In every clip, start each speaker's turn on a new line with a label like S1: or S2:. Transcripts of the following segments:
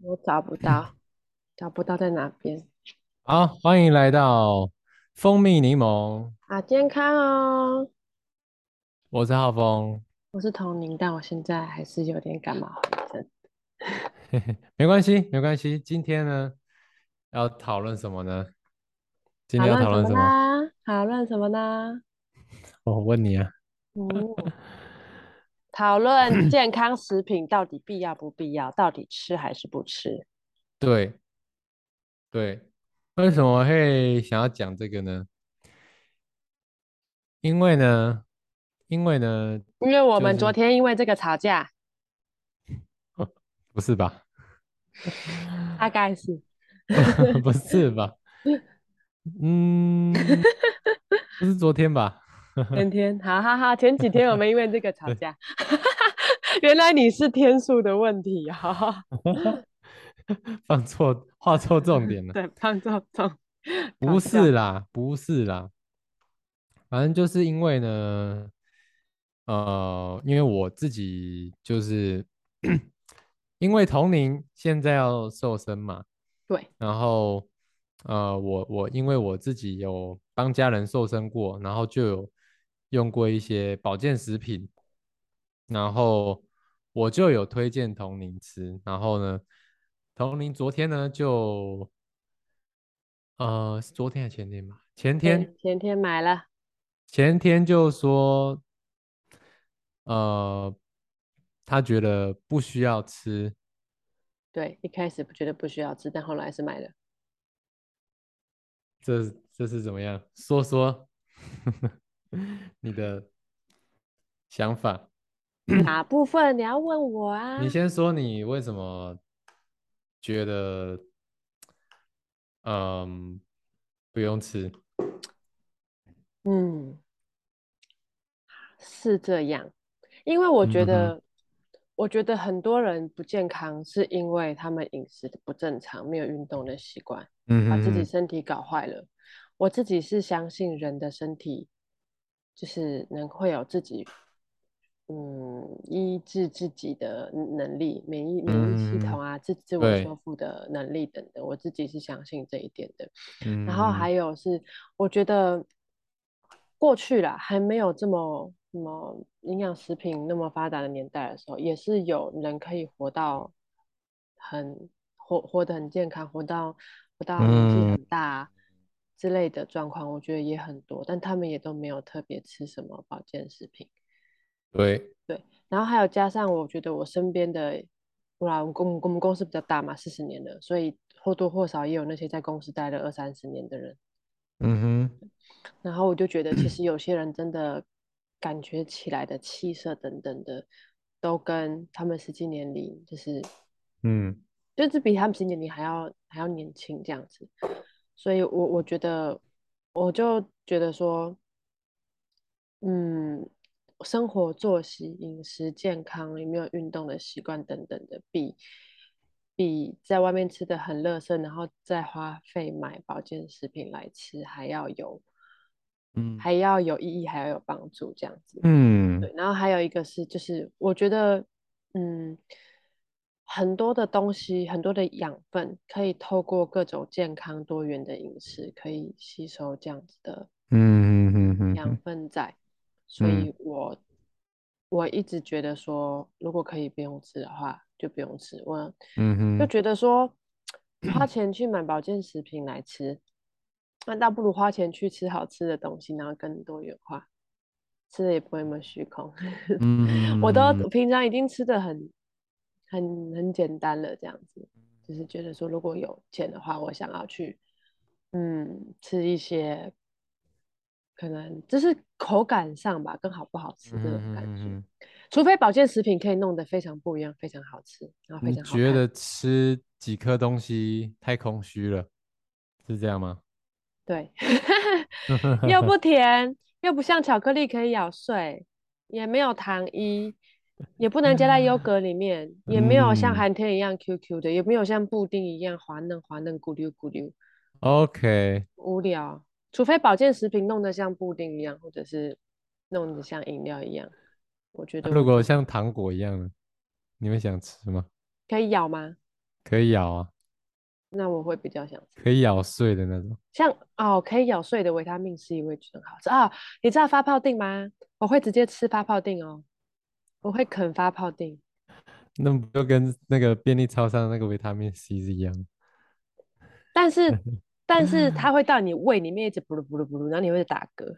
S1: 我找不到，找不到在哪边
S2: 好，欢迎来到蜂蜜柠檬，
S1: 啊？健康哦，
S2: 我是浩峰，
S1: 我是童宁，但我现在还是有点感冒很深。
S2: 没关系，没关系。今天呢，要讨论什么呢？今
S1: 讨
S2: 天要
S1: 论
S2: 讨
S1: 什
S2: 论
S1: 么
S2: 什么？
S1: 呢？讨论什么呢？
S2: 我问你啊，
S1: 嗯，讨论 健康食品到底必要不必要，到底吃还是不吃？
S2: 对对，为什么会想要讲这个呢？因为呢，因为呢，
S1: 因为我
S2: 就
S1: 们昨
S2: 是
S1: 天因为这个吵架，
S2: 不是 吧？
S1: 大概 是
S2: 不是吧？嗯，不是昨天吧？
S1: 前天，好好好，前几天我们因为这个吵
S2: 对，
S1: 架， 原来你是天数的问题啊、
S2: 放错，画错重点了。
S1: 对，胖重重，搞
S2: 不
S1: 笑。
S2: 是啦，不是啦，反正就是因为呢，呃，因为我自己就是 因为童宁现在要瘦身嘛，
S1: 对，
S2: 然后呃，我我因为我自己有帮家人瘦身过，然后就有用过一些保健食品，然后我就有推荐童宁吃，然后呢，童宁昨天呢就呃是昨天还是前天吧，前天
S1: 前前天买了。
S2: 前天就说呃他觉得不需要吃。
S1: 对，一开始不觉得不需要吃，但后来还是 买了。
S2: 这是这是怎么样？说说 你的想法。
S1: 哪部分你要问我啊？
S2: 你先说，你为什么觉得嗯不用吃？
S1: 嗯，是这样，因为我觉
S2: 嗯哼，
S1: 得，我觉得很多人不健康是因为他们饮食不正常，没有运动的习惯，
S2: 嗯
S1: 把自己
S2: 哼哼，
S1: 身体搞坏了。我自己是相信人的身体就是能会有自己，嗯，医治自己的能力，免疫免疫系统
S2: 嗯，
S1: 啊，自自我
S2: 对，
S1: 修复的能力等等，我自己是相信这一点的。然后
S2: 嗯
S1: 还有是，我觉得过去啦，还没有这么什么营养食品那么发达的年代的时候，也是有人可以活到很活活得很健康，活到活到年纪
S2: 嗯
S1: 很大之类的状况，我觉得也很多，但他们也都没有特别吃什么保健食品。
S2: 对，
S1: 对，然后还有加上，我觉得我身边的，哇，我公我们公司比较大嘛，四十年了，所以或多或少也有那些在公司待了二三十年的人。
S2: 嗯哼，
S1: 然后我就觉得，其实有些人真的感觉起来的气色等等的，都跟他们实际年龄，就是
S2: 嗯
S1: 就是比他们实际年龄还要还要年轻这样子。所以我我觉得，我就觉得说，嗯，生活作息、饮食健康、有没有运动的习惯等等的，比比在外面吃的很乐色，然后再花费买保健食品来吃，还要有
S2: 嗯
S1: 还要有意义，还要有帮助这样子。
S2: 嗯
S1: 对，然后还有一个是，就是我觉得，嗯，很多的东西，很多的养分，可以透过各种健康多元的饮食，可以吸收这样子的
S2: 嗯嗯嗯
S1: 养
S2: 嗯
S1: 分在，所
S2: 嗯
S1: 以我我一直觉得说，如果可以不用吃的话，就不用吃。我
S2: 嗯
S1: 就
S2: 哼，
S1: 觉得说，花钱去买保健食品来吃，那倒不如花钱去吃好吃的东西，然后更多元化，吃的也不会那么虚空。 我都
S2: 嗯
S1: 平常已经吃的很很很简单了，这样子，就是觉得说，如果有钱的话，我想要去嗯吃一些。可能就是口感上吧，跟好不好吃这种感觉。
S2: 嗯。
S1: 除非保健食品可以弄得非常不一样，非常好吃，然后非
S2: 你
S1: 常好
S2: 觉
S1: 看。
S2: 得吃几颗东西太空虚了，是这样吗？
S1: 对，又不甜，又不像巧克力可以咬碎，也没有糖衣，也不能加在优格里面，也没有像
S2: 嗯
S1: 寒天一样 QQ 的，也没有像布丁一样滑嫩滑嫩咕溜咕溜，
S2: ，OK，
S1: 无聊。除非保健食品弄得像布丁一样，或者是弄得像饮料一样，我觉
S2: 那
S1: 得
S2: 啊如
S1: 我
S2: 果
S1: 就
S2: 像糖果一样呢，你会想吃吗？
S1: 可以咬吗？
S2: 可以咬啊，
S1: 那我会比较想吃。
S2: 可以咬碎的那种。
S1: 像哦，可以咬碎的维他命 C 我也觉得很好吃啊、哦。你知道发泡锭吗？我会直接吃发泡锭哦，我会啃发泡锭。
S2: 那不就跟那个便利超商那个维他命 C 是一样？
S1: 但是，但是它会到你胃里面一直咕噜咕噜咕噜，然后你会打嗝。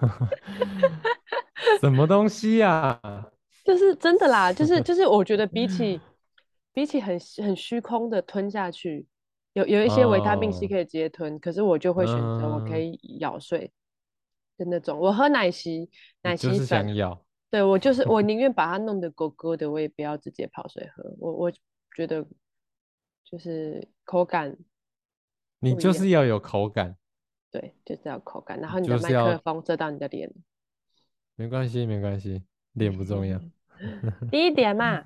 S2: 什么东西啊呀、
S1: 就是真的啦，就是就是，我觉得比 起比起很很虚空的吞下去，有有一些维他命 C
S2: 哦
S1: 可以直接吞，可是我就会选择我可
S2: 嗯
S1: 以咬碎的那种。我喝奶昔
S2: 你
S1: 奶
S2: 就
S1: 昔
S2: 是
S1: 粉
S2: 想，咬。
S1: 对我就是我宁愿把它弄得勾勾的，我也不要直接泡水喝。我我觉得就是口感，
S2: 你
S1: 不一
S2: 就
S1: 样
S2: 是要有口感，
S1: 对，就是要口感，然后你的
S2: 就是
S1: 麦
S2: 要
S1: 克风遮到你的脸，
S2: 没关系，没关系，脸不重要，
S1: 低一点嘛，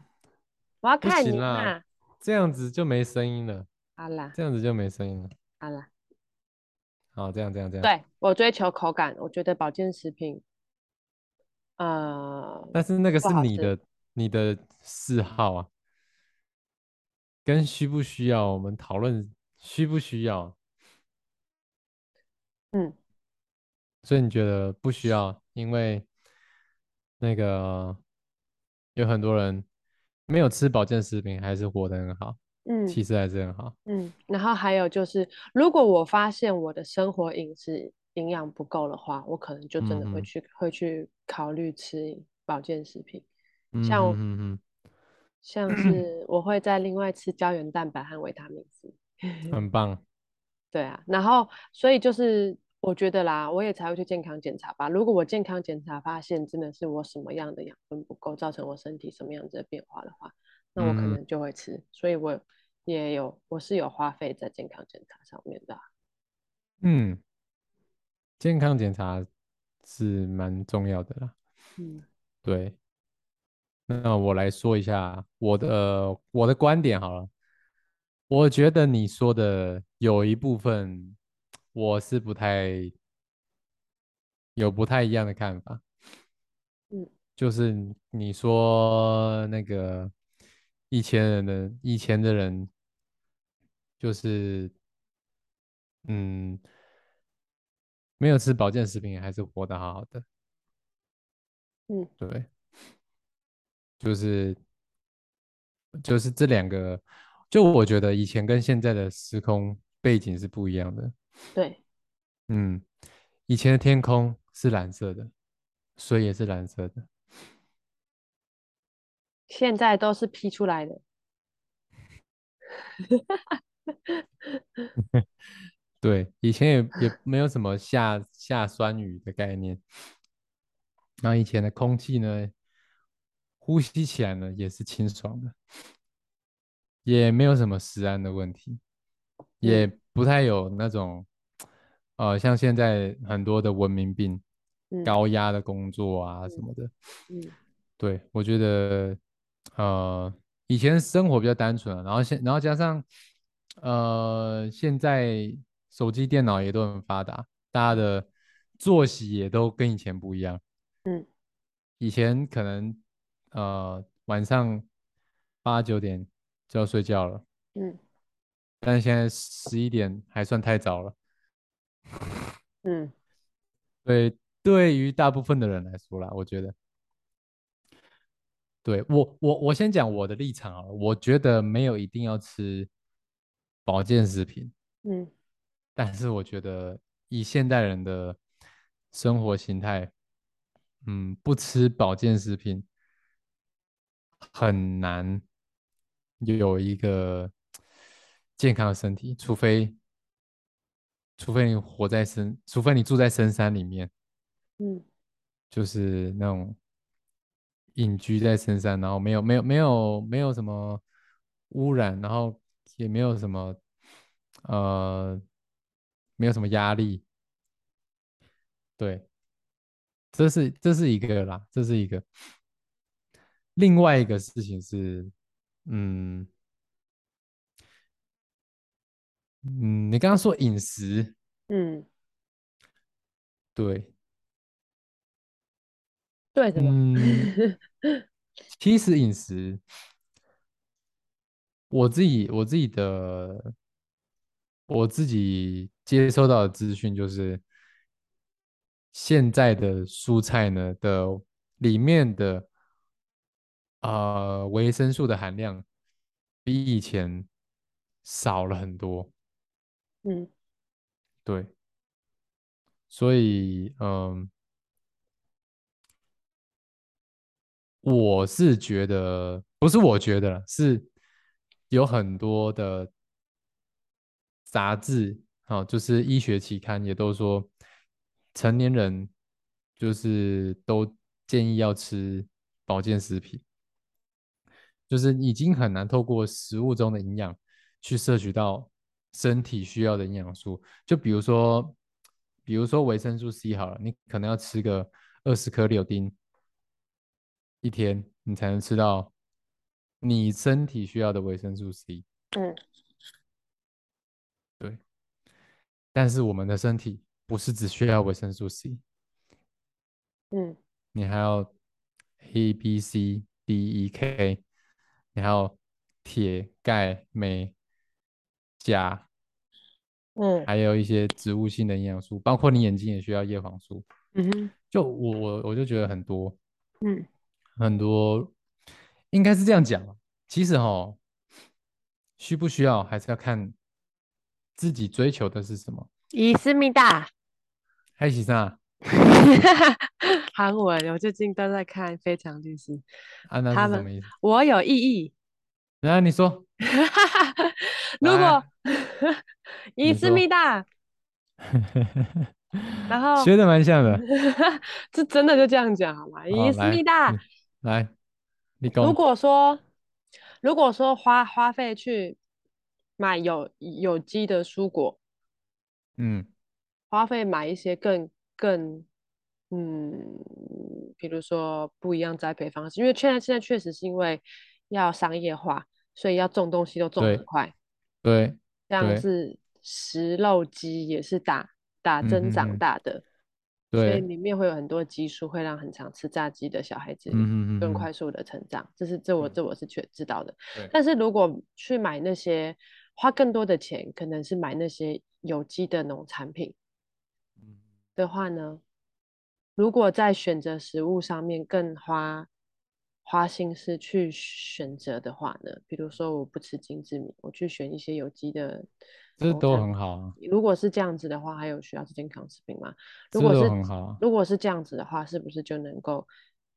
S1: 我要
S2: 不
S1: 嗯看
S2: 行
S1: 你
S2: 啦
S1: 嘛。
S2: 这样子就没声音了，
S1: 好啦，
S2: 这样子就没声音了。
S1: 好啦，
S2: 好，这样这样这样。。
S1: 对我追求口感，我觉得保健食品，呃，
S2: 但是那个
S1: 不
S2: 是
S1: 好
S2: 你
S1: 吃
S2: 的你的嗜好啊，跟需不需要我们讨论需不需要，
S1: 嗯，
S2: 所以你觉得不需要，因为那个有很多人没有吃保健食品还是活得很好，
S1: 嗯
S2: 气色还是很好。
S1: 嗯，然后还有就是，如果我发现我的生活饮食营养不够的话，我可能就真的会
S2: 嗯哼
S1: 去会去考虑吃保健食品，
S2: 嗯
S1: 像我
S2: 哼哼哼嗯
S1: 像是我会再另外吃胶原蛋白和维他命 C。
S2: 很棒。
S1: 对啊，然后所以就是我觉得啦，我也才会去健康检查吧。如果我健康检查发现真的是我什么样的养分不够，造成我身体什么样子的变化的话，那我可
S2: 嗯
S1: 能就会吃。所以我也有我是有花费在健康检查上面的啊。
S2: 嗯，健康检查是蛮重要的啦。
S1: 嗯
S2: 对，那我来说一下我的、呃我的观点好了。我觉得你说的有一部分我是不太有不太一样的看法，
S1: 嗯，
S2: 就是你你说那个以前人的以前的人，就是嗯，没有吃保健食品还是活得好好的。
S1: 嗯
S2: 对，就是就是这两个，就我觉得以前跟现在的时空背景是不一样的。
S1: 对，
S2: 嗯，以前的天空是蓝色的，水也是蓝色的。
S1: 现在都是 P 出来的。
S2: 对，以前也也没有什么下下酸雨的概念。那以前的空气呢，呼吸起来呢也是清爽的，也没有什么食安的问题，也
S1: 嗯
S2: 不太有那种，呃，像现在很多的文明病，
S1: 嗯
S2: 高压的工作啊什么的。
S1: 嗯
S2: 对，我觉得，呃，以前生活比较单纯啊，然后现，然后加上，呃，现在手机、电脑也都很发达，大家的作息也都跟以前不一样。
S1: 嗯，
S2: 以前可能，呃，晚上八九点就要睡觉了，
S1: 嗯
S2: 但是现在十一点还算太早了。
S1: 嗯
S2: 对，对于大部分的人来说啦，我觉得，对，我我我先讲我的立场啊，我觉得没有一定要吃保健食品，
S1: 嗯
S2: 但是我觉得以现代人的生活形态，嗯，不吃保健食品很难有一个健康的身体，除非除非你活在深，除非你住在深山里面。
S1: 嗯
S2: 就是那种隐居在深山，然后没有没有没有没有什么污染，然后也没有什么呃没有什么压力，对，这是这是一个啦，这是一个。另外一个事情是，嗯嗯，你刚刚说饮食，
S1: 嗯，
S2: 对，
S1: 对
S2: 嗯
S1: 的嘛。
S2: 嗯，其实饮食我自己我自己的我自己接收到的资讯就是，现在的蔬菜呢的里面的呃维生素的含量比以前少了很多。
S1: 嗯
S2: 对，所以嗯，我是觉得不是我觉得啦，是有很多的杂志啊，就是医学期刊也都说，成年人就是都建议要吃保健食品，就是已经很难透过食物中的营养去摄取到身体需要的营养素。就比如说，比如说维生素 C 好了，你可能要吃个二十颗柳丁一天，你才能吃到你身体需要的维生素 C。
S1: 嗯，
S2: 但是我们的身体不是只需要维生素 C，
S1: 嗯
S2: 你还要 A、B、C、D、E、K，你还有铁、钙、镁、钾，
S1: 嗯
S2: 还有一些植物性的营养素，包括你眼睛也需要叶黄素。
S1: 嗯哼
S2: 就我我我就觉得很多，
S1: 嗯
S2: 很多，应该是这样讲吧。其实哈，需不需要还是要看自己追求的是什么。
S1: 伊思密达，
S2: 嗨，喜上
S1: 韩文，我最近都在看《非常律师》，
S2: 啊，那
S1: 他
S2: 是什
S1: 们
S2: 么意思？
S1: 我有异议。
S2: 然后你说，
S1: 如
S2: 来
S1: 果 伊
S2: 啊你
S1: 思
S2: 说
S1: 密 达， 然后
S2: 学的蛮 像的。
S1: 这真的就这样讲好吗？伊
S2: 好，
S1: 思密
S2: 来，
S1: 达
S2: 你，来，你
S1: 如
S2: 讲，
S1: 果说，如果说花花费去买有有机的蔬果，
S2: 嗯
S1: 花费买一些更更，嗯，比如说不一样栽培方式，因为现在现在确实是因为要商业化，所以要种东西都种得
S2: 对
S1: 很快，
S2: 对
S1: 像
S2: 对
S1: 是食肉鸡也是打打
S2: 嗯
S1: 针
S2: 哼
S1: 长
S2: 哼
S1: 大的，所以
S2: 对，
S1: 里面会有很多激素，会让很常吃炸鸡的小孩子
S2: 嗯哼
S1: 更
S2: 哼哼，
S1: 快速的成长。这是这我
S2: 嗯
S1: 这我是确知道的。
S2: 对，
S1: 但是如果去买那些花更多的钱，可能是买那些有机的农产品
S2: 嗯
S1: 的话呢，如果在选择食物上面更花花心思去选择的话呢，比如说我不吃精致米，我去选一些有机的
S2: 这
S1: 农
S2: 都
S1: 产
S2: 很
S1: 品。
S2: 好啊，
S1: 如果是这样子的话，还有需要吃健康食品吗？如
S2: 这
S1: 果
S2: 都
S1: 是
S2: 很好啊。
S1: 如果是这样子的话，是不是就能够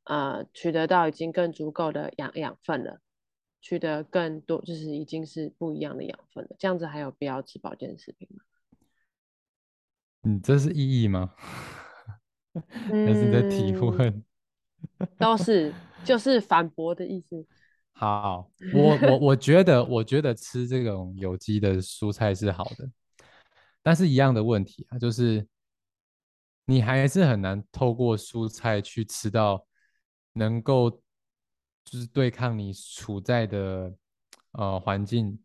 S1: 呃取得到已经更足够的养养分了？取得更多就是已经是不一样的养分了，这样子还有必要吃保健食品吗？
S2: 你这是意义吗？ 还是你在提
S1: 嗯，
S2: 问？
S1: 都是就是反驳的意思。
S2: 好，我我我觉得，我觉得吃这种有机的蔬菜是好的，但是一样的问题啊，就是你还是很难透过蔬菜去吃到能够就是对抗你处在的呃环境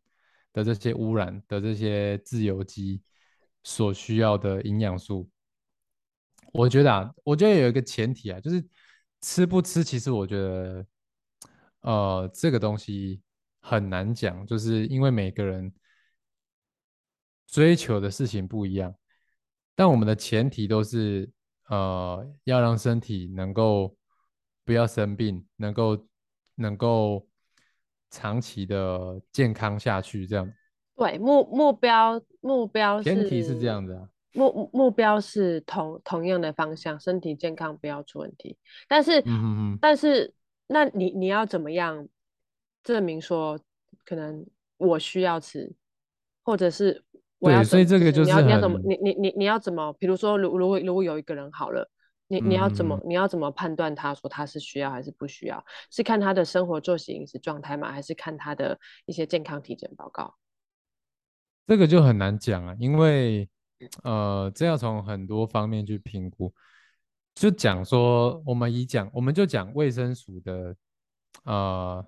S2: 的这些污染的这些自由基所需要的营养素。我觉得啊，我觉得有一个前提啊，就是吃不吃，其实我觉得，呃，这个东西很难讲，就是因为每个人追求的事情不一样，但我们的前提都是，呃，要让身体能够不要生病，能够能够长期的健康下去，这样
S1: 对，目目标目标
S2: 前
S1: 是
S2: 提是这样的啊，
S1: 目目标是同同样的方向，身体健康不要出问题。但是
S2: 嗯哼哼。
S1: 但是，那你你要怎么样证明说，可能我需要吃，或者是我要
S2: 对，所
S1: 怎
S2: 以
S1: 么，
S2: 这
S1: 就
S2: 个
S1: 是
S2: 就
S1: 你要
S2: 是
S1: 你要怎么，
S2: 很，
S1: 你你你你要怎么，比如说，如如果如果有一个人好了。你你要怎
S2: 嗯
S1: 么
S2: 哼
S1: 你要怎么判断他说他是需要还是不需要？是看他的生活作息、饮食状态吗？还是看他的一些健康体检报告？
S2: 这个就很难讲啊，因为呃，这要从很多方面去评估。就讲说，我们以讲，我们就讲卫生署的呃，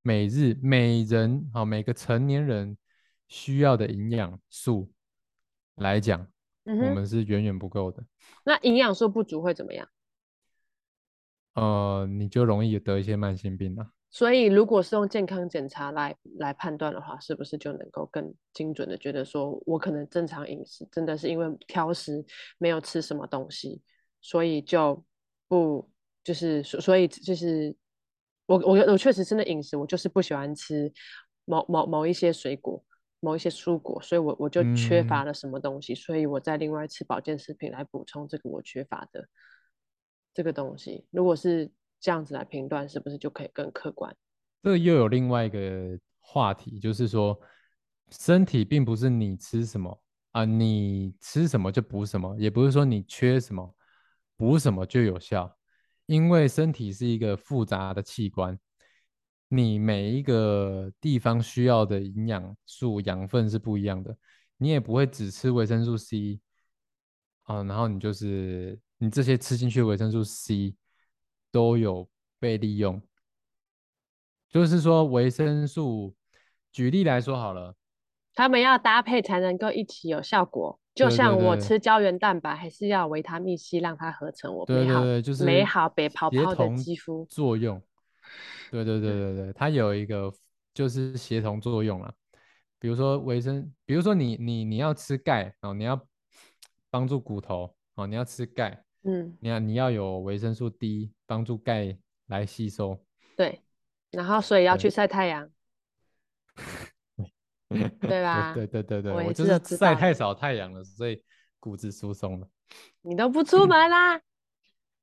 S2: 每日每人啊、每个成年人需要的营养素来讲，
S1: 嗯
S2: 我
S1: 哼。
S2: 们是远远不够的。
S1: 那营养素不足会怎么样？
S2: 呃，你就容易得一些慢性病啊。
S1: 所以如果是用健康检查来来判断的话，是不是就能够更精准的觉得说，我可能正常饮食真的是因为挑食没有吃什么东西，所以就不就是所所以就是我我我确实真的饮食我就是不喜欢吃某某某一些水果。某一些蔬果，所以我我就缺乏了什么东西，嗯、所以我再另外吃保健食品来补充这个我缺乏的这个东西。如果是这样子来评断，是不是就可以更客观？
S2: 这又有另外一个话题，就是说，身体并不是你吃什么啊、呃，你吃什么就补什么，也不是说你缺什么补什么就有效，因为身体是一个复杂的器官。你每一个地方需要的营养素养分是不一样的，你也不会只吃维生素 C 啊，然后你就是你这些吃进去的维生素 C 都有被利用，就是说维生素，举例来说好了，
S1: 他们要搭配才能够一起有效果，就像我吃胶原蛋白还是要维他命 C 让它合成我
S2: 对
S1: 美好
S2: 对对，就是
S1: 美好北泡泡的肌肤嗯
S2: 作用。对对对对对，它有一个就是协同作用啦。比如说维生，比如说你你你要吃钙哦，你要帮助骨头哦，你要吃钙，
S1: 嗯，
S2: 你要你要有维生素 D 帮助钙来吸收。
S1: 对，然后所以要去晒太 阳，对吧？
S2: 对对对对，
S1: 我
S2: 我
S1: 也
S2: 就是
S1: 有
S2: 是
S1: 知
S2: 晒
S1: 道
S2: 太少太阳了，所以骨质疏松了。
S1: 你都不出门啦、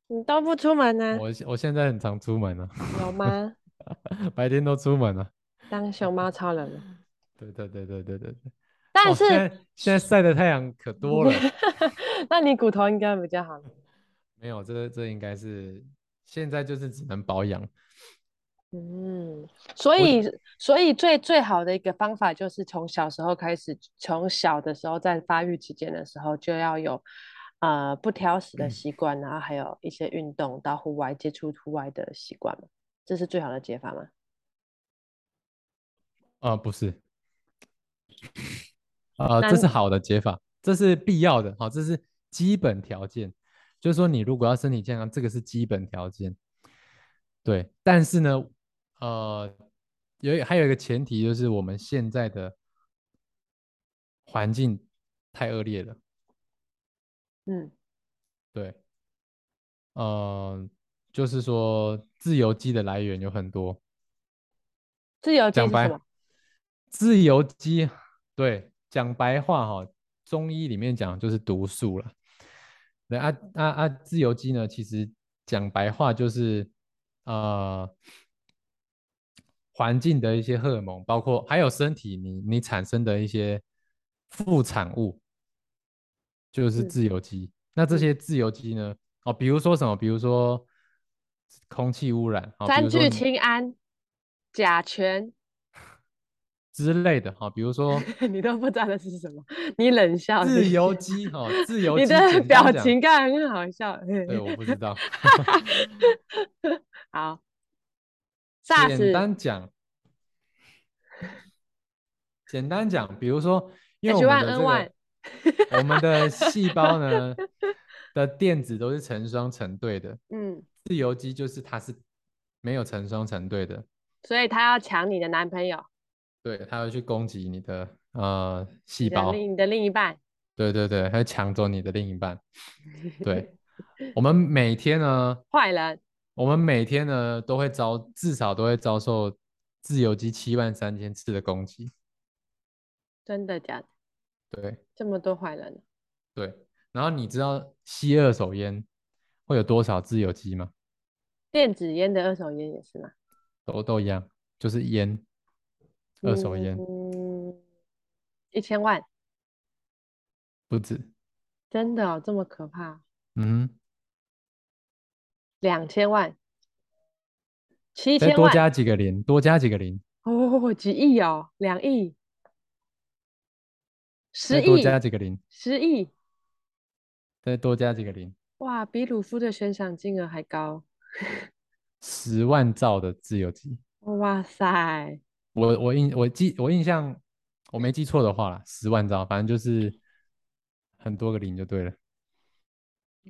S1: 你都不出门呢、
S2: 我我现在很常出门啊，
S1: 有吗？
S2: 白天都出门啊。
S1: 当熊猫超人 了，
S2: 对对对对对对对。
S1: 但
S2: 哦
S1: 是、
S2: 现在现在晒的太阳可多了。
S1: 那你骨头应该比较好。
S2: 没有，这这应该是现在就是只能保养。
S1: 嗯，所以所以最最好的一个方法就是从小时候开始，从小的时候在发育期间的时候就要有呃不挑食
S2: 嗯
S1: 的习惯，然后还有一些运动到户外接触户外的习惯嘛，这是最好的解法吗？
S2: 啊、不是，呃，
S1: 那
S2: 这是好的解法，这是必要的，好、这是基本条件。就是说，你如果要身体健康，这个是基本条件。对，但是呢，呃，有一还有一个前提，就是我们现在的环境太恶劣了。
S1: 嗯，
S2: 对，呃，就是说，自由基的来源有很多。
S1: 自由基
S2: 讲
S1: 是什
S2: 白
S1: 么？，
S2: 自由基，对，讲白话哈、中医里面讲就是毒素了。对啊啊啊，自由基呢，其实讲白话就是呃，环境的一些荷尔蒙，包括还有身体你你产生的一些副产物，就是
S1: 嗯
S2: 自由基。那这
S1: 嗯
S2: 些自由基呢，哦，比如说什么，比如说空气污染，哦，比
S1: 三
S2: 如说
S1: 聚
S2: 你
S1: 氰胺、甲醛，
S2: 之类的，哦哈、比如说。
S1: 你都不知道那是什么，你冷笑是不
S2: 自
S1: 是
S2: 由基哈、自由
S1: 你
S2: 基
S1: 的
S2: 简单
S1: 表
S2: 讲
S1: 情看很好笑。
S2: 对，我不 知道。
S1: 好
S2: 简
S1: ，SARS
S2: 单讲，简单讲，比如说，因为我们
S1: H1N1
S2: 的这个，我们的细胞呢的电子都是成双成对的，
S1: 嗯，
S2: 自由基就是它是没有成双成对的，
S1: 所以他要抢你的男朋友，
S2: 对，它会去攻击你的呃细
S1: 你的
S2: 胞，
S1: 另你的另一半。
S2: 对对对，它会抢走你的另一半。 对，我们每天呢，
S1: 坏人，
S2: 我们每天呢都会遭，至少都会遭受自由基七万三千次的攻击。
S1: 真的假的？
S2: 对
S1: 这么多坏人，
S2: 对，然后你知道吸二手烟会有多少自由基吗？
S1: 电子烟的二手烟也是吗？
S2: 都都一样，就是烟，二手烟、
S1: 嗯，一千万，
S2: 不止。
S1: 真的哦，这么可怕？
S2: 嗯，
S1: 两千万，七
S2: 再
S1: 千
S2: 多
S1: 万，
S2: 加几个零，多加几个零，
S1: 哦，几亿哦，两亿，十
S2: 再多
S1: 亿，
S2: 加几个零，
S1: 十亿，
S2: 再多加几个零，
S1: 哇，比鲁夫的悬赏金额还高！
S2: 十万兆的自由基。
S1: 哇塞，
S2: 我我印我记我印象我没记错的话啦，十万兆，反正就是很多个零就对了。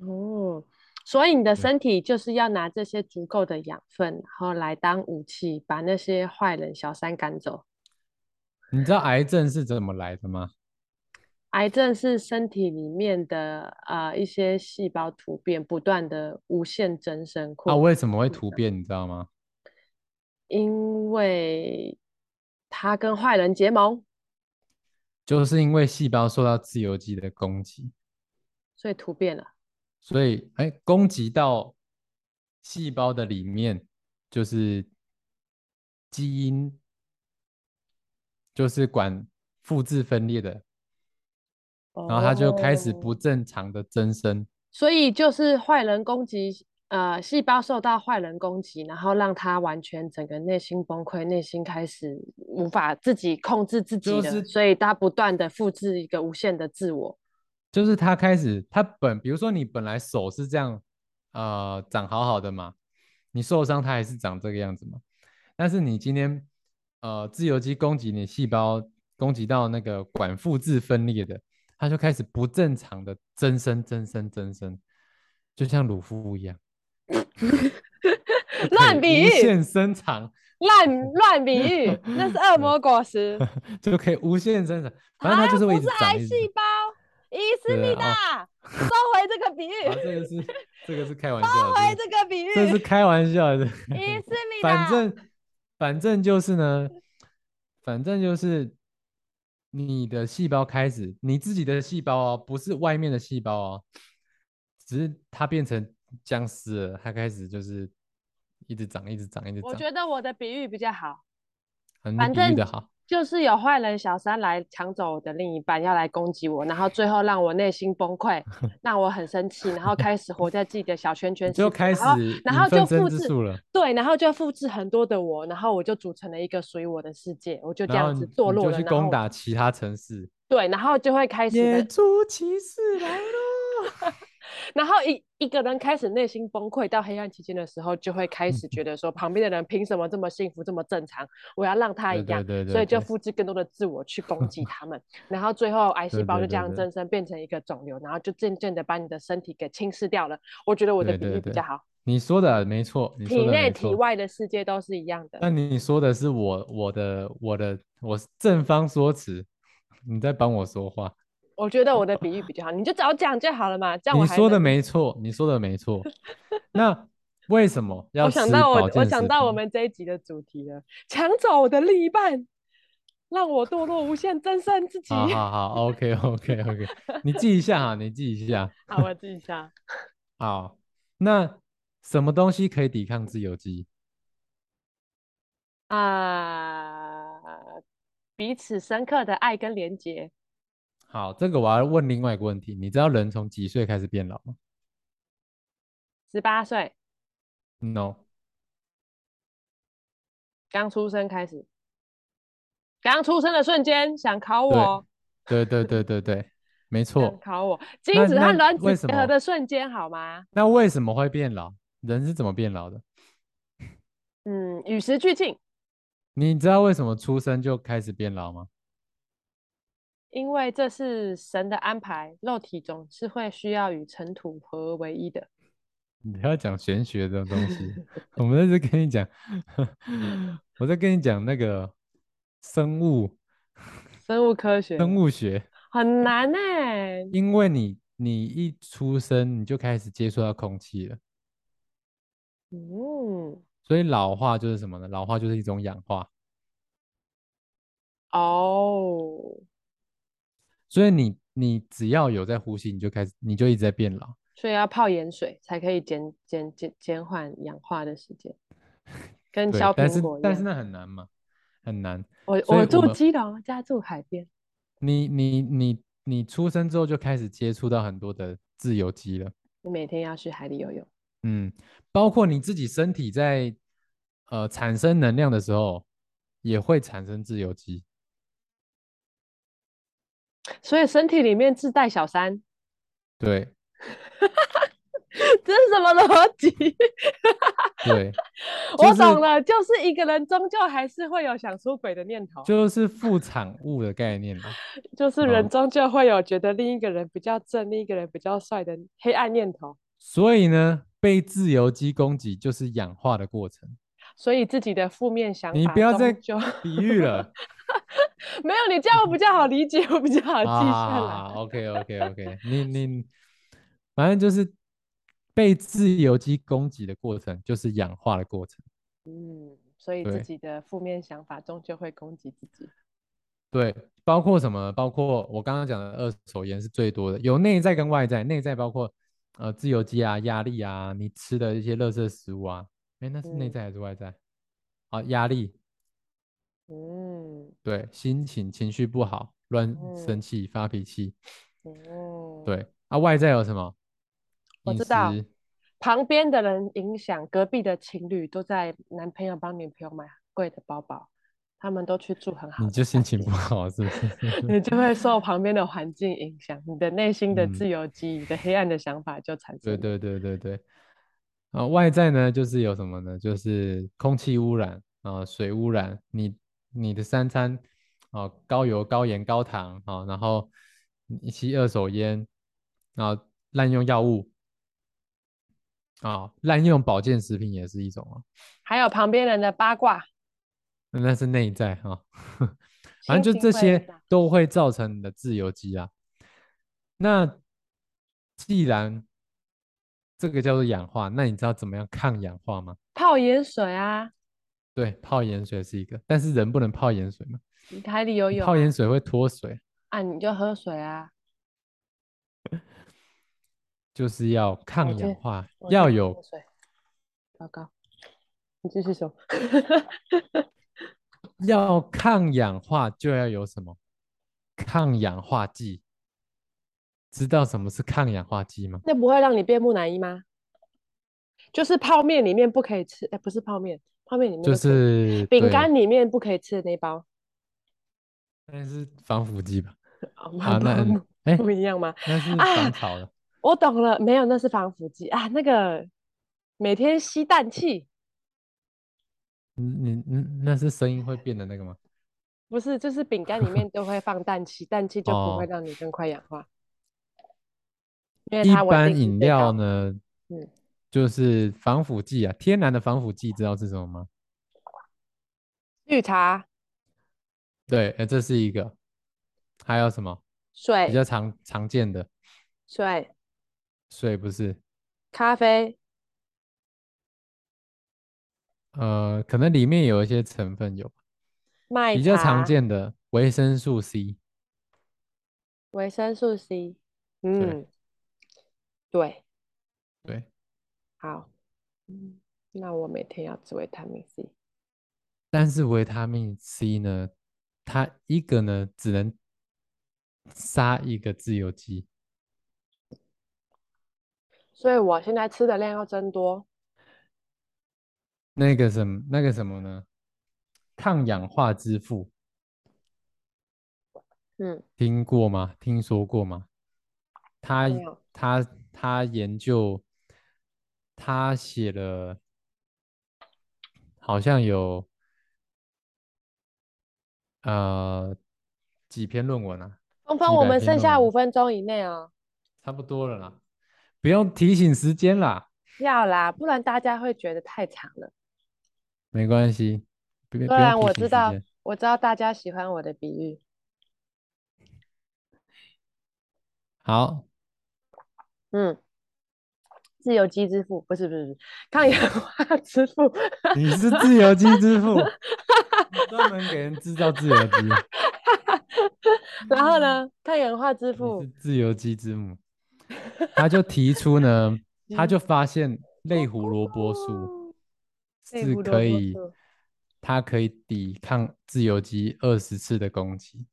S1: 哦，所以你的身体就是要拿这些足够的养分，然后来当武器，把那些坏人小三赶走。
S2: 你知道癌症是怎么来的吗？
S1: 癌症是身体里面的呃一些细胞突变，不断的无限增生扩
S2: 它、啊为什么会突变？你知道吗？
S1: 因为他跟坏人结盟，
S2: 就是因为细胞受到自由基的攻击，
S1: 所以突变了。
S2: 所以哎，攻击到细胞的里面，就是基因，就是管复制分裂的，然后它就开始不
S1: 哦，
S2: 正常的增生。
S1: 所以就是坏人攻击，呃，细胞受到坏人攻击，然后让他完全整个内心崩溃，内心开始无法自己控制自己
S2: 就
S1: 了，
S2: 是
S1: 所以他不断的复制一个无限的自 我。
S2: 就是它开始，它本比如说你本来手是这样，呃，长好好的嘛，你受伤它还是长这个样子嘛。但是你今天，呃，自由基攻击你细胞，攻击到那个管复制分裂的，它就开始不正常的增生、增生、增生，就像乳妇 一样，就可以
S1: 乱比
S2: 无
S1: 喻，
S2: 限生长，
S1: 乱乱比喻，那是恶魔果实
S2: 就可以无限生长。 反正它
S1: 啊，
S2: 就是会一
S1: 不
S2: 直
S1: 是
S2: 长，
S1: 癌
S2: 一直
S1: 细
S2: 长。
S1: 胞。伊斯
S2: 对
S1: 密
S2: 啊，哦，
S1: 达，收回这个比喻，
S2: 啊，这个是这个是开玩
S1: 收
S2: 笑的，啊这
S1: 回
S2: 是
S1: 这个比
S2: 这是
S1: 喻，
S2: 开玩笑 的，
S1: 伊 斯密
S2: 反
S1: 达。
S2: 正反正就是呢，反正就是你的细胞开始，你自己的细胞哦，不是外面的细胞哦，只是它变成僵尸了，它开始就是一直长，一直长，一直
S1: 我
S2: 长。
S1: 觉得我的比喻比较好，
S2: 啊，你
S1: 反
S2: 比喻
S1: 正
S2: 的好，
S1: 就是有坏人小三来抢走我的另一半，要来攻击我，然后最后让我内心崩 溃，让我很生气，然后开始活在自己的小圈
S2: 你
S1: 圈
S2: 就
S1: 世界，
S2: 开
S1: 然后
S2: 始
S1: 然
S2: 引
S1: 后
S2: 分
S1: 就
S2: 身
S1: 复
S2: 之
S1: 制，
S2: 术了，
S1: 对，然后就复制很多的我，然后我就组成了一个属于我的世界，我就这
S2: 然
S1: 样
S2: 后
S1: 子
S2: 你
S1: 堕
S2: 你
S1: 落
S2: 就
S1: 了，
S2: 去
S1: 然
S2: 攻
S1: 后
S2: 打其他城市，
S1: 对，然后就会开始
S2: 野
S1: 的。
S2: 猪骑士来喽！
S1: 然后一一个人开始内心崩溃到黑暗期间的时候，就会开始觉得说，旁边的人凭什么这么幸福这么正常？我要让他
S2: 对
S1: 一样，
S2: 对对
S1: 所
S2: 对
S1: 以就
S2: 对
S1: 复制更多的自我去攻击他 们，然后最后癌细
S2: 对
S1: 胞就
S2: 对
S1: 这
S2: 对
S1: 样
S2: 对
S1: 增生变成一个肿瘤，然后就渐渐的把你的身体给侵蚀掉了。我觉得我的
S2: 对
S1: 比
S2: 对
S1: 喻比较
S2: 对，
S1: 好，
S2: 你说的没错，你说
S1: 体
S2: 的
S1: 内
S2: 没
S1: 体
S2: 错。
S1: 外的世界都是一样的。
S2: 那你说的是我我的我的我是正方说辞，你在帮我说话。
S1: 我觉得我的比 喻比较好，你就早讲就好了嘛，这样我
S2: 你
S1: 还
S2: 说的
S1: 能。
S2: 没错，你说的 没错。那为什么
S1: 我
S2: 要
S1: 想
S2: 吃
S1: 到我，
S2: 保
S1: 我
S2: 健
S1: 想
S2: 食
S1: 到我
S2: 品？
S1: 们这一集的主题了，抢走我的另一半，让我堕落无限增生自
S2: 好
S1: 己。
S2: 好好，OK OK OK，你记一下哈，你记一下。
S1: 好，我记一下，
S2: 好，那什么东西可以抵抗自由基？
S1: 啊、彼此深刻的爱跟连结，
S2: 好，这个我要问另外一个问题，你知道人从几岁开始变老吗
S1: 十八岁
S2: ？No，
S1: 刚出生开始，刚出生的瞬间想考
S2: 对
S1: 我，
S2: 对对对对对， 没
S1: 想
S2: 错。
S1: 考我，精
S2: 那
S1: 子和
S2: 那
S1: 卵子
S2: 为什
S1: 结合
S2: 么？
S1: 的瞬间好吗？
S2: 那为什么会变老？人是怎么变老的？
S1: 嗯，与时俱进，
S2: 你知道为什么出生就开始变老吗？
S1: 因为这是神的安排，肉体总是会需要与尘土合而为一的。
S2: 你不要讲玄学的东西，我们在这跟你讲，我在跟你讲那个生物
S1: 生物科
S2: 生
S1: 学
S2: 物学，
S1: 很难哎、
S2: 因为你你一出生你就开始接触到空气了，
S1: 嗯，
S2: 所以老化就是什么呢？老化就是一种氧化，
S1: 哦，
S2: 所以你你只要有在呼吸，你就开始你就一直在变老。
S1: 所以要泡盐水才可以减减减减缓氧化的时间，跟
S2: 对，
S1: 削
S2: 但
S1: 苹
S2: 是
S1: 果一
S2: 但是
S1: 样。
S2: 那很难嘛，很难，
S1: 我
S2: 所以
S1: 我
S2: 我
S1: 住
S2: 们。
S1: 基隆，家住海边，
S2: 你你你你出生之后就开始接触到很多的自由基了，
S1: 我每天要去海里游泳。
S2: 嗯，包括你自己身体在呃产生能量的时候，也会产生自由基，
S1: 所以身体里面自带小三，
S2: 对
S1: 这是什么逻辑？
S2: 对，就
S1: 我懂
S2: 是
S1: 了，就是一个人终究还是会有想出轨的念头，
S2: 就是副产物的概念啦，
S1: 就是人
S2: 哦，
S1: 终究会有觉得另一个人比较正，另一个人比较帅的黑暗念头。
S2: 所以呢，被自由基供给就是氧化的过程。
S1: 所以自己的负面想法，
S2: 你不要再
S1: 就
S2: 比喻了
S1: 没有你这样我比较好理解，我比较好记下来。
S2: 啊。OK OK OK，你你反正就是被自由基供给的过程，就是氧化的过程。
S1: 嗯，所以自
S2: 对
S1: 己的负面想法终究会攻击自己。
S2: 对，包括什么？包括我刚刚讲的二手烟是最多的，有内在跟外在。内在包括呃自由基啊、压力啊、你吃的一些垃圾食物啊。哎，那是内
S1: 嗯
S2: 在还是外在？啊，压力，
S1: 嗯，
S2: 对，心情情绪不好，乱生
S1: 嗯
S2: 气、发脾气，
S1: 哦，
S2: 对。啊，外在有什么？
S1: 我
S2: 饮
S1: 知道
S2: 食，
S1: 旁边的人影响，隔壁的情侣都在男朋友帮女朋友买很贵的包包，他们都去住很好
S2: 你
S1: 的
S2: 就心
S1: 饭
S2: 情
S1: 店
S2: 不好是不是？
S1: 你就会受旁边的环境影响，你的内心的
S2: 嗯
S1: 自由基，你的黑暗的想法就产
S2: 对
S1: 生。
S2: 对对对对，啊、外在呢就是有什么呢？就是空气污染啊、水污染，你你的三餐啊、高油、高盐、高糖啊、然后你吸二手烟啊、滥用药物啊、滥用保健食品也是一种啊，
S1: 还有旁边人的八卦，
S2: 那是内在啊， 反
S1: 心
S2: 正
S1: 情
S2: 就这
S1: 会
S2: 些
S1: 影响
S2: 都会造成你的自由基啊。那既然这个叫做氧化，那你知道怎么样抗氧化吗？
S1: 泡盐水啊，
S2: 对，泡盐水是一个，但是人不能泡盐水嘛，
S1: 你海里游
S2: 你
S1: 泳
S2: 泡
S1: 啊，
S2: 盐水会脱水，
S1: 啊你就喝水啊。
S2: 就是要抗
S1: 这
S2: 氧化，
S1: 我
S2: 要
S1: 去
S2: 有
S1: 喝水，糟糕，你继续说。
S2: 要抗氧化就要有什么抗氧化剂，知道什么是抗氧化剂吗？
S1: 那不会让你变木乃伊吗？就是泡面里面不可以吃，哎，不是泡面，泡面里面
S2: 就
S1: 都可以，
S2: 是
S1: 饼
S2: 对
S1: 干里面不可以吃的那一包。
S2: 那是防腐剂吧？
S1: 哦，
S2: 啊，那
S1: 不
S2: 哎、
S1: 不一样吗？
S2: 那是
S1: 啊
S2: 防潮的。
S1: 我懂了，没有，那是防腐剂啊。那个每天吸氮气，
S2: 你你你那是声音会变的那个吗？
S1: 不是，就是饼干里面都会放氮气，氮气就不会
S2: 哦
S1: 让你更快氧化，因为
S2: 一
S1: 它稳
S2: 般
S1: 定是
S2: 饮
S1: 最高。
S2: 料呢，
S1: 嗯，
S2: 就是防腐剂啊，天然的防腐剂知道是什么吗？
S1: 绿茶
S2: 对，呃，这是一个，还有什么比
S1: 水、
S2: 较常常见的
S1: 水、
S2: 水不是？
S1: 咖啡，
S2: 呃，可能里面有一些成分有
S1: 麦
S2: 比较常
S1: 茶、
S2: 见的维生素 C，
S1: 维生素 C，
S2: 对
S1: 嗯，对，
S2: 对，
S1: 好，嗯，那我每天要吃维他命 C，
S2: 但是维他命 C 呢，它一个呢只能杀一个自由基，
S1: 所以我现在吃的量要增多。
S2: 那个什么那个什么呢？抗氧化之父
S1: 嗯，
S2: 听过吗？听说过吗？他
S1: 没有，
S2: 他他研究，他写了好像有呃几篇论文啊，
S1: 峰峰，
S2: 几
S1: 我
S2: 百
S1: 们
S2: 篇
S1: 剩
S2: 论
S1: 下五
S2: 文，
S1: 分钟以内哦。
S2: 差不多了啦，不用提醒时间啦，
S1: 要啦，不然大家会觉得太长了。
S2: 没关系，不
S1: 虽
S2: 不用
S1: 然
S2: 提
S1: 啊我
S2: 醒
S1: 知
S2: 时
S1: 道，
S2: 间。
S1: 我知道大家喜欢我的比喻。
S2: 好，
S1: 嗯，自由基之父不是不是不是抗氧化之父，
S2: 你是自由基之父，你专门给人制造自由基，
S1: 然后呢，抗氧化之
S2: 你嗯是
S1: 父，
S2: 自由基之母。他就提出呢，他
S1: 嗯
S2: 就发现类胡萝卜素
S1: 哦类
S2: 是
S1: 胡萝
S2: 可
S1: 卜
S2: 以，
S1: 素，
S2: 它可以抵抗自由基二十次的攻击。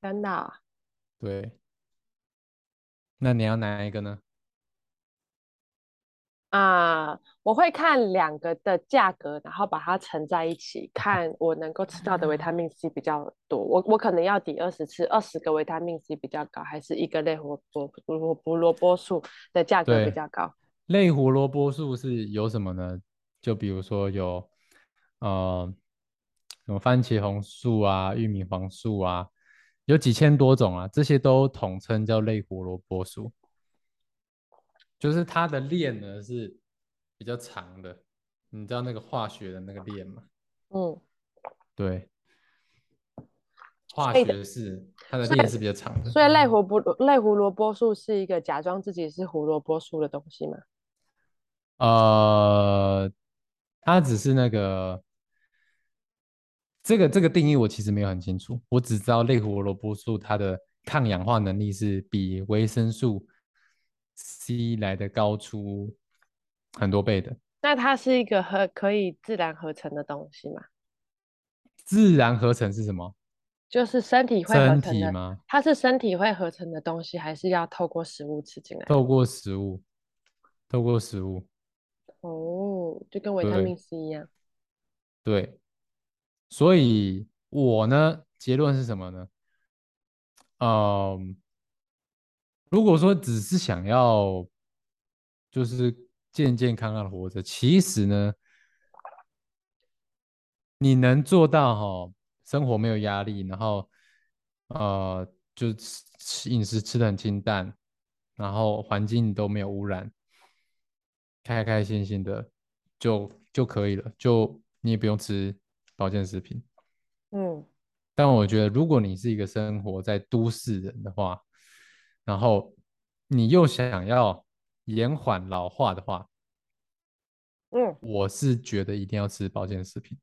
S1: 真的啊
S2: 对，那你要哪一个呢？
S1: 啊，我会看两个的价格，然后把它乘在一起，看我能够吃到的维他命 C 比较多。我我可能要抵二十次，二十个维他命 C 比较高，还是一个类胡萝卜胡萝卜萝卜素的价格比
S2: 对，
S1: 较高？
S2: 类胡萝卜素是有什么呢？就比如说有，呃，什么番茄红素啊、玉米黄素啊，有几千多种啊，这些都统称叫类胡萝卜素。就是它的链呢是比较长的，你知道那个化学的那个链吗？
S1: 嗯，
S2: 对，化
S1: 所以的
S2: 学是它的
S1: 所以
S2: 链是比较长的。
S1: 所以类胡不类胡萝卜素是一个假装自己是胡萝卜素的东西吗？
S2: 呃，它只是那个这个这个定义我其实没有很清楚，我只知道类胡萝卜素它的抗氧化能力是比维生素 C 来的高出很多倍的，
S1: 那它是一个合可以自然合成的东西吗？
S2: 自然合成是什么？
S1: 就是身体会合
S2: 身
S1: 成
S2: 体
S1: 的，
S2: 吗？
S1: 它是身体会合成的东西，还是要透过食物吃进来？
S2: 透过食物，透过食物，
S1: 哦，就跟维他
S2: 对
S1: 命 C 一样。
S2: 对。所以我呢，结论是什么呢？嗯，如果说只是想要就是健健康康的活着，其实呢，你能做到哈、生活没有压力，然后呃，就吃吃饮食吃的很清淡，然后环境都没有污染，开开心心的就就可以了，就你也不用吃保健食品。
S1: 嗯，
S2: 但我觉得，如果你是一个生活在都市人的话，然后你又想要延缓老化的话，
S1: 嗯
S2: 我是觉得一定要吃保健食品。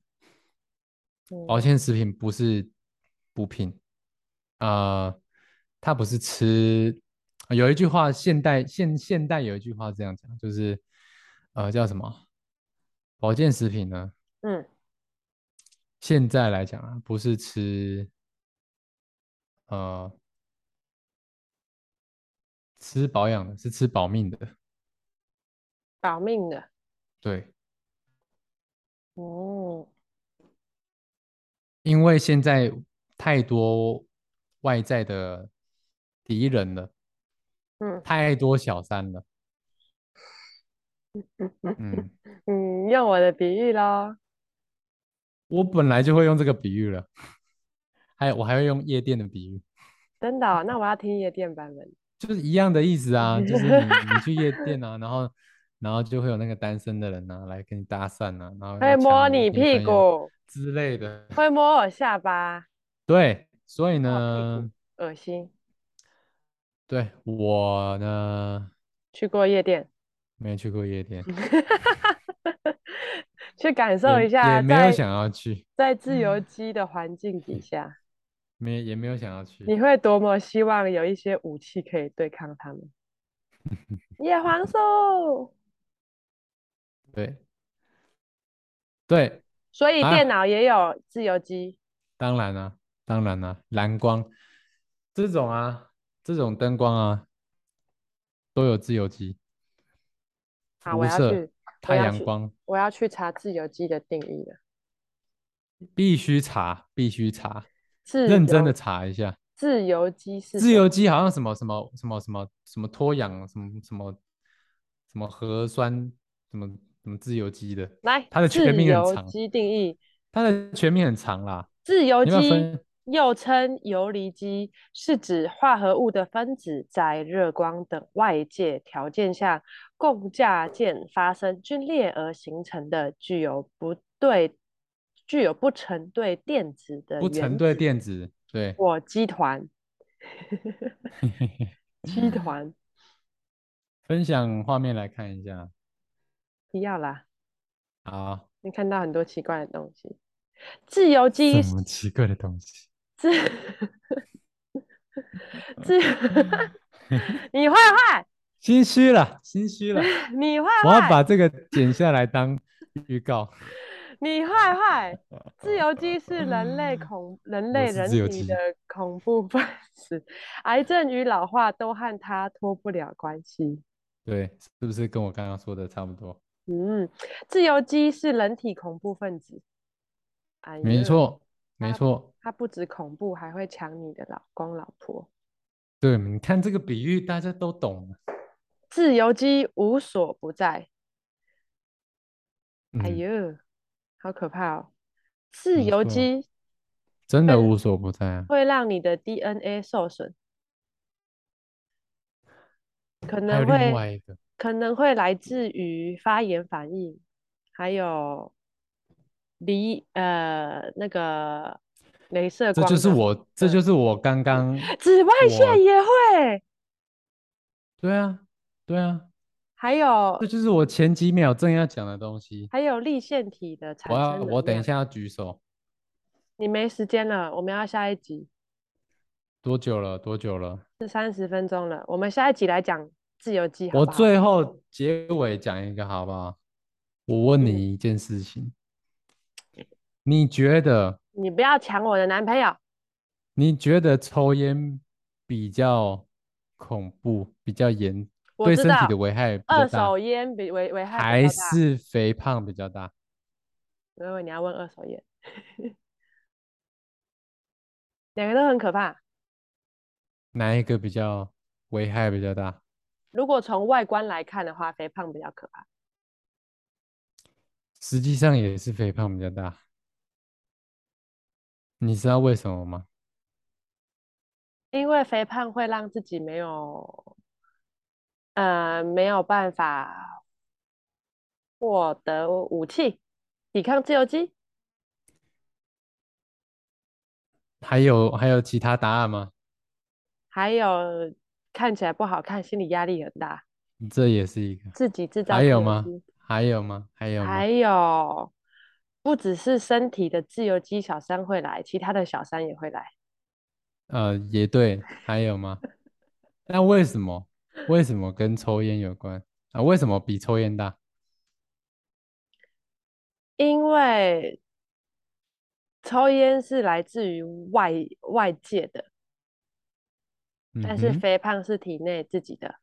S2: 保
S1: 嗯
S2: 健食品不是补品，啊，它不是吃。呃有一句话，现代现现代有一句话这样讲，就是呃叫什么？保健食品呢，
S1: 嗯，
S2: 现在来讲啊，不是吃呃吃保养的，是吃保命的。
S1: 保命的。
S2: 对，
S1: 哦，
S2: 因为现在太多外在的敌人了，
S1: 嗯
S2: 太多小三了。
S1: 嗯嗯
S2: 嗯，
S1: 嗯，用我的比喻喽。
S2: 我本来就会用这个比喻了，还有我还会用夜店的比喻，
S1: 真的哦那我要听夜店版 本。
S2: 就是一样的意思啊，
S1: 嗯
S2: 就是你你 去夜店啊，然后然后就会有那个单身的人啊来跟你搭讪啊，然后
S1: 会
S2: 来
S1: 哎摸
S2: 抢
S1: 你
S2: 女
S1: 屁
S2: 朋友
S1: 股，
S2: 之类的。
S1: 会摸我下巴，
S2: 对，所以
S1: 摸我屁股
S2: 呢，，
S1: 恶心。
S2: 对我呢
S1: 去过夜店，
S2: 没去过夜店，
S1: 去感受
S2: 也
S1: 一下
S2: 也没有
S1: 在
S2: 想要嗯去，
S1: 在自由基的环境底下，
S2: 没也没有想要去。
S1: 你会多么希望有一些武器可以对抗他 们。叶黄素，
S2: 对对，
S1: 所以电
S2: 啊
S1: 脑也有自由基。
S2: 当然啊，当然啊，蓝光这种啊，这种灯光啊，都有自由基，
S1: 好，我
S2: 辐
S1: 要
S2: 射、
S1: 去，我
S2: 太
S1: 要
S2: 阳
S1: 去，
S2: 光
S1: 我要去查自由基的定义了。
S2: 必须查，必须查，
S1: 自
S2: 认真的
S1: 由
S2: 查一下。
S1: 自由基是
S2: 自
S1: 什么？
S2: 由基好像什么什么什么什么什么脱氧什么什么什么核酸什么什么自由基的，
S1: 来，
S2: 它的全
S1: 自
S2: 名很
S1: 由
S2: 长，
S1: 基定义。
S2: 它的全名很长啦，
S1: 自由
S2: 你要不要
S1: 基
S2: 分？
S1: 又称游离基，是指化合物的分子在热光等外界条件下共价键发生皲裂而形成的具有不对具有不成对电子的
S2: 不成
S1: 原
S2: 对
S1: 子
S2: 电子，对，
S1: 或基 团。 基团
S2: 分享画面来看一下，
S1: 不要啦，
S2: 好，
S1: 你看到很多奇怪的东西。自由基
S2: 什么奇怪的东西？
S1: 自 自，你坏坏，
S2: 心虚了，心虚 了，
S1: 你坏
S2: 我要
S1: 坏。
S2: 把这个剪下来当预告。
S1: 你坏坏！自由基是人 类恐人
S2: 我
S1: 类
S2: 是
S1: 人
S2: 自由
S1: 体
S2: 基
S1: 的恐怖分子，癌症与老化都和它脱不了关系。
S2: 对，是不是跟我刚刚说的差不多？
S1: 嗯，自由基是人体恐怖分子。哎
S2: 没
S1: 呀，
S2: 错，没
S1: 它
S2: 错。
S1: 它不止恐怖，还会抢你的老公老婆。
S2: 对，你看这个比喻，大家都懂了。
S1: 自由基无所不在。哎
S2: 嗯，
S1: 呦，好可怕哦！自
S2: 没
S1: 由
S2: 错
S1: 基
S2: 真的
S1: 会
S2: 无所不在啊。
S1: 会让你的 DNA 受损，可
S2: 还有
S1: 能
S2: 另
S1: 会。
S2: 外一个，
S1: 可能会来自于发炎反应，还有离呃那个镭射
S2: 这
S1: 光
S2: 就是
S1: 的
S2: 我，这就是我 刚刚
S1: 紫外
S2: 我
S1: 线也会，
S2: 对啊，对啊，
S1: 还有
S2: 这就是我前几秒正要讲的东西。
S1: 还有立腺体的产
S2: 我要，
S1: 生能
S2: 我等一
S1: 量。
S2: 下要举手，
S1: 你没时间了，我们要下一集
S2: 多久了？多久了？
S1: 是三十分钟了，我们下一集来讲自由基，好
S2: 我
S1: 不好？
S2: 最后结尾讲一个好不好？我问
S1: 嗯
S2: 你一件事情，你觉得
S1: 你不要抢我的男朋友，
S2: 你觉得抽烟比较恐怖，比较严，
S1: 我
S2: 对
S1: 知
S2: 身体
S1: 道
S2: 的危害比较
S1: 二
S2: 大，
S1: 手烟比危危害比
S2: 还
S1: 较大。
S2: 是肥胖比较大？
S1: 我以为你要问二手烟， 两个都很可怕。
S2: 哪一个比较危害比较大？
S1: 如果从外观来看的话，肥胖比较可怕。
S2: 实际上也是肥胖比较大。你知道为什么吗？
S1: 因为肥胖会让自己没有，呃，没有办法获得武器抵抗自由基。
S2: 还有还有其他答案吗？
S1: 还有看起来不好看，心理压力很大，
S2: 这也是一个。
S1: 自己制造
S2: 还
S1: 自
S2: 有
S1: 由
S2: 吗
S1: 基，？
S2: 还有吗？还有吗
S1: 还？有不只是身体的自由基小三会来，其他的小三也会来。
S2: 呃，也对，还 有吗？那为什么？为什么跟抽烟有关啊？为什么比抽烟大？
S1: 因为抽烟是来自于外外界的，
S2: 嗯
S1: 但是
S2: 哼，
S1: 肥胖是体内自己的。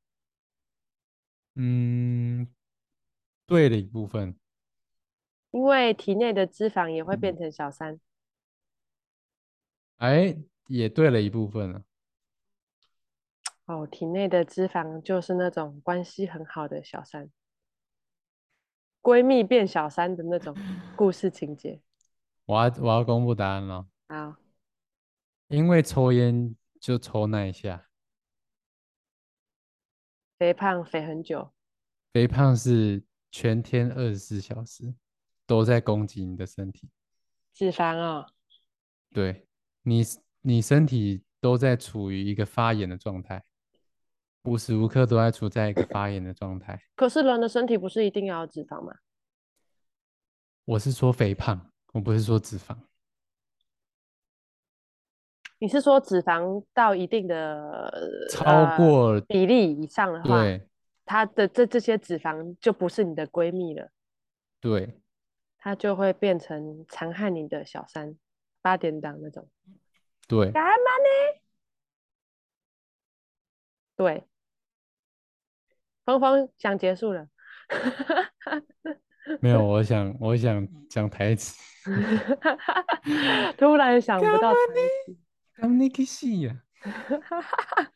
S2: 嗯，对的一部分，
S1: 因为体内的脂肪也会变
S2: 嗯，
S1: 成小三，
S2: 哎，也对了一部分了。
S1: 哦，体内的脂肪就是那种关系很好的小三，闺蜜变小三的那种故事情节。
S2: 我要我要公布答案了，
S1: 好，
S2: 因为抽烟就抽那一下，
S1: 肥胖肥很久，
S2: 肥胖是全天二十四小时都在攻击你的身体。
S1: 脂肪哦，
S2: 对，你是，你身体都在处于一个发炎的状态，无时无刻都在处在一个发炎的状态。
S1: 可是人的身体不是一定要有脂肪吗？
S2: 我是说肥胖，我不是说脂肪。
S1: 你是说脂肪到一定的
S2: 超
S1: 呃
S2: 过，
S1: 比例以上的话，
S2: 对
S1: 它的这这些脂肪就不是你的闺蜜了，
S2: 对，
S1: 它就会变成残害你的小三，八点档那种。
S2: 对，
S1: 干嘛呢？对，峰峰想结束了。
S2: 没有，我想我想讲台 词。
S1: 突然想不
S2: 干
S1: 到
S2: 嘛
S1: 台词，
S2: 呢？干嘛去死 呀？干嘛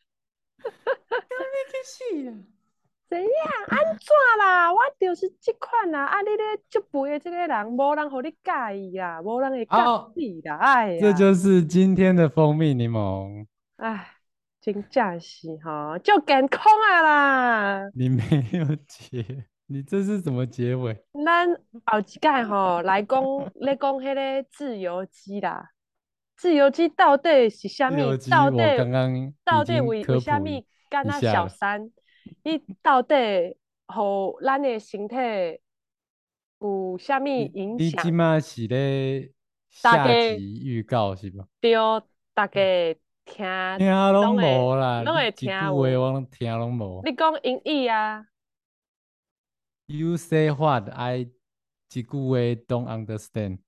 S2: 去死啊呀？
S1: 怎样？安怎啦？我就是这款啦！啊，你咧这肥的这个人，无人互你介意啦，无人会介
S2: 哦，
S1: 意啦，哎
S2: 这
S1: 呀，
S2: 就是今天的蜂蜜柠檬。
S1: 哎，真正是吼，就健康啊啦！
S2: 你没有结， 你这是怎么结尾？
S1: 咱后一届吼来 讲，咧讲迄个自由基啦，自由基到底是啥
S2: 自
S1: 物
S2: 由？基，
S1: 到底
S2: 我刚刚已
S1: 到底
S2: 经
S1: 为为
S2: 科
S1: 啥
S2: 普一
S1: 物敢
S2: 一
S1: 若
S2: 下
S1: 小
S2: 了。
S1: 三？伊到底互咱的身体有啥物
S2: 你
S1: 影
S2: 你即
S1: 响？
S2: 马是咧
S1: 大
S2: 下
S1: 家
S2: 集预告是吧？
S1: 着大
S2: 嗯
S1: 家听，
S2: 听拢
S1: 啊拢会
S2: 无啦，
S1: 拢
S2: 你
S1: 会
S2: 一句
S1: 听
S2: 话
S1: 有。
S2: 我拢听拢无。
S1: 你讲英语啊？
S2: You say what I 一句话 don't understand。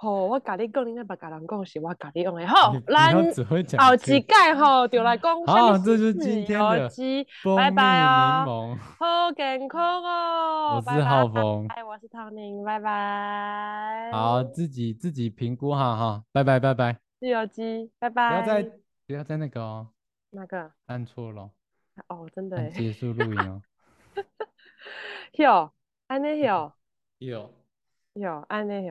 S1: 吼、我甲你讲，你若别甲人讲是我甲你讲的。
S2: 你
S1: 吼，
S2: 不
S1: 哦咱
S2: 要只会讲
S1: 后
S2: 这
S1: 一
S2: 个。
S1: 届吼，就来讲什么
S2: 好，这
S1: 是
S2: 就是
S1: 自
S2: 今天
S1: 由
S2: 的
S1: 基。拜
S2: 蜂
S1: 拜
S2: 蜜柠
S1: 哦，
S2: 檬。
S1: 好健康哦，
S2: 我
S1: 拜
S2: 是
S1: 拜。
S2: 浩峰，
S1: 我是唐宁，拜拜。
S2: 好，自己自己评估哈哈，拜拜拜拜，
S1: 自由基，拜
S2: 不要
S1: 拜。
S2: 再不要再那个哦，
S1: 那个？
S2: 按错了哦，
S1: 哦，真的
S2: 按
S1: 诶，
S2: 结束录影哦。
S1: 哟，安尼哟，
S2: 有。
S1: 哟，安尼哟。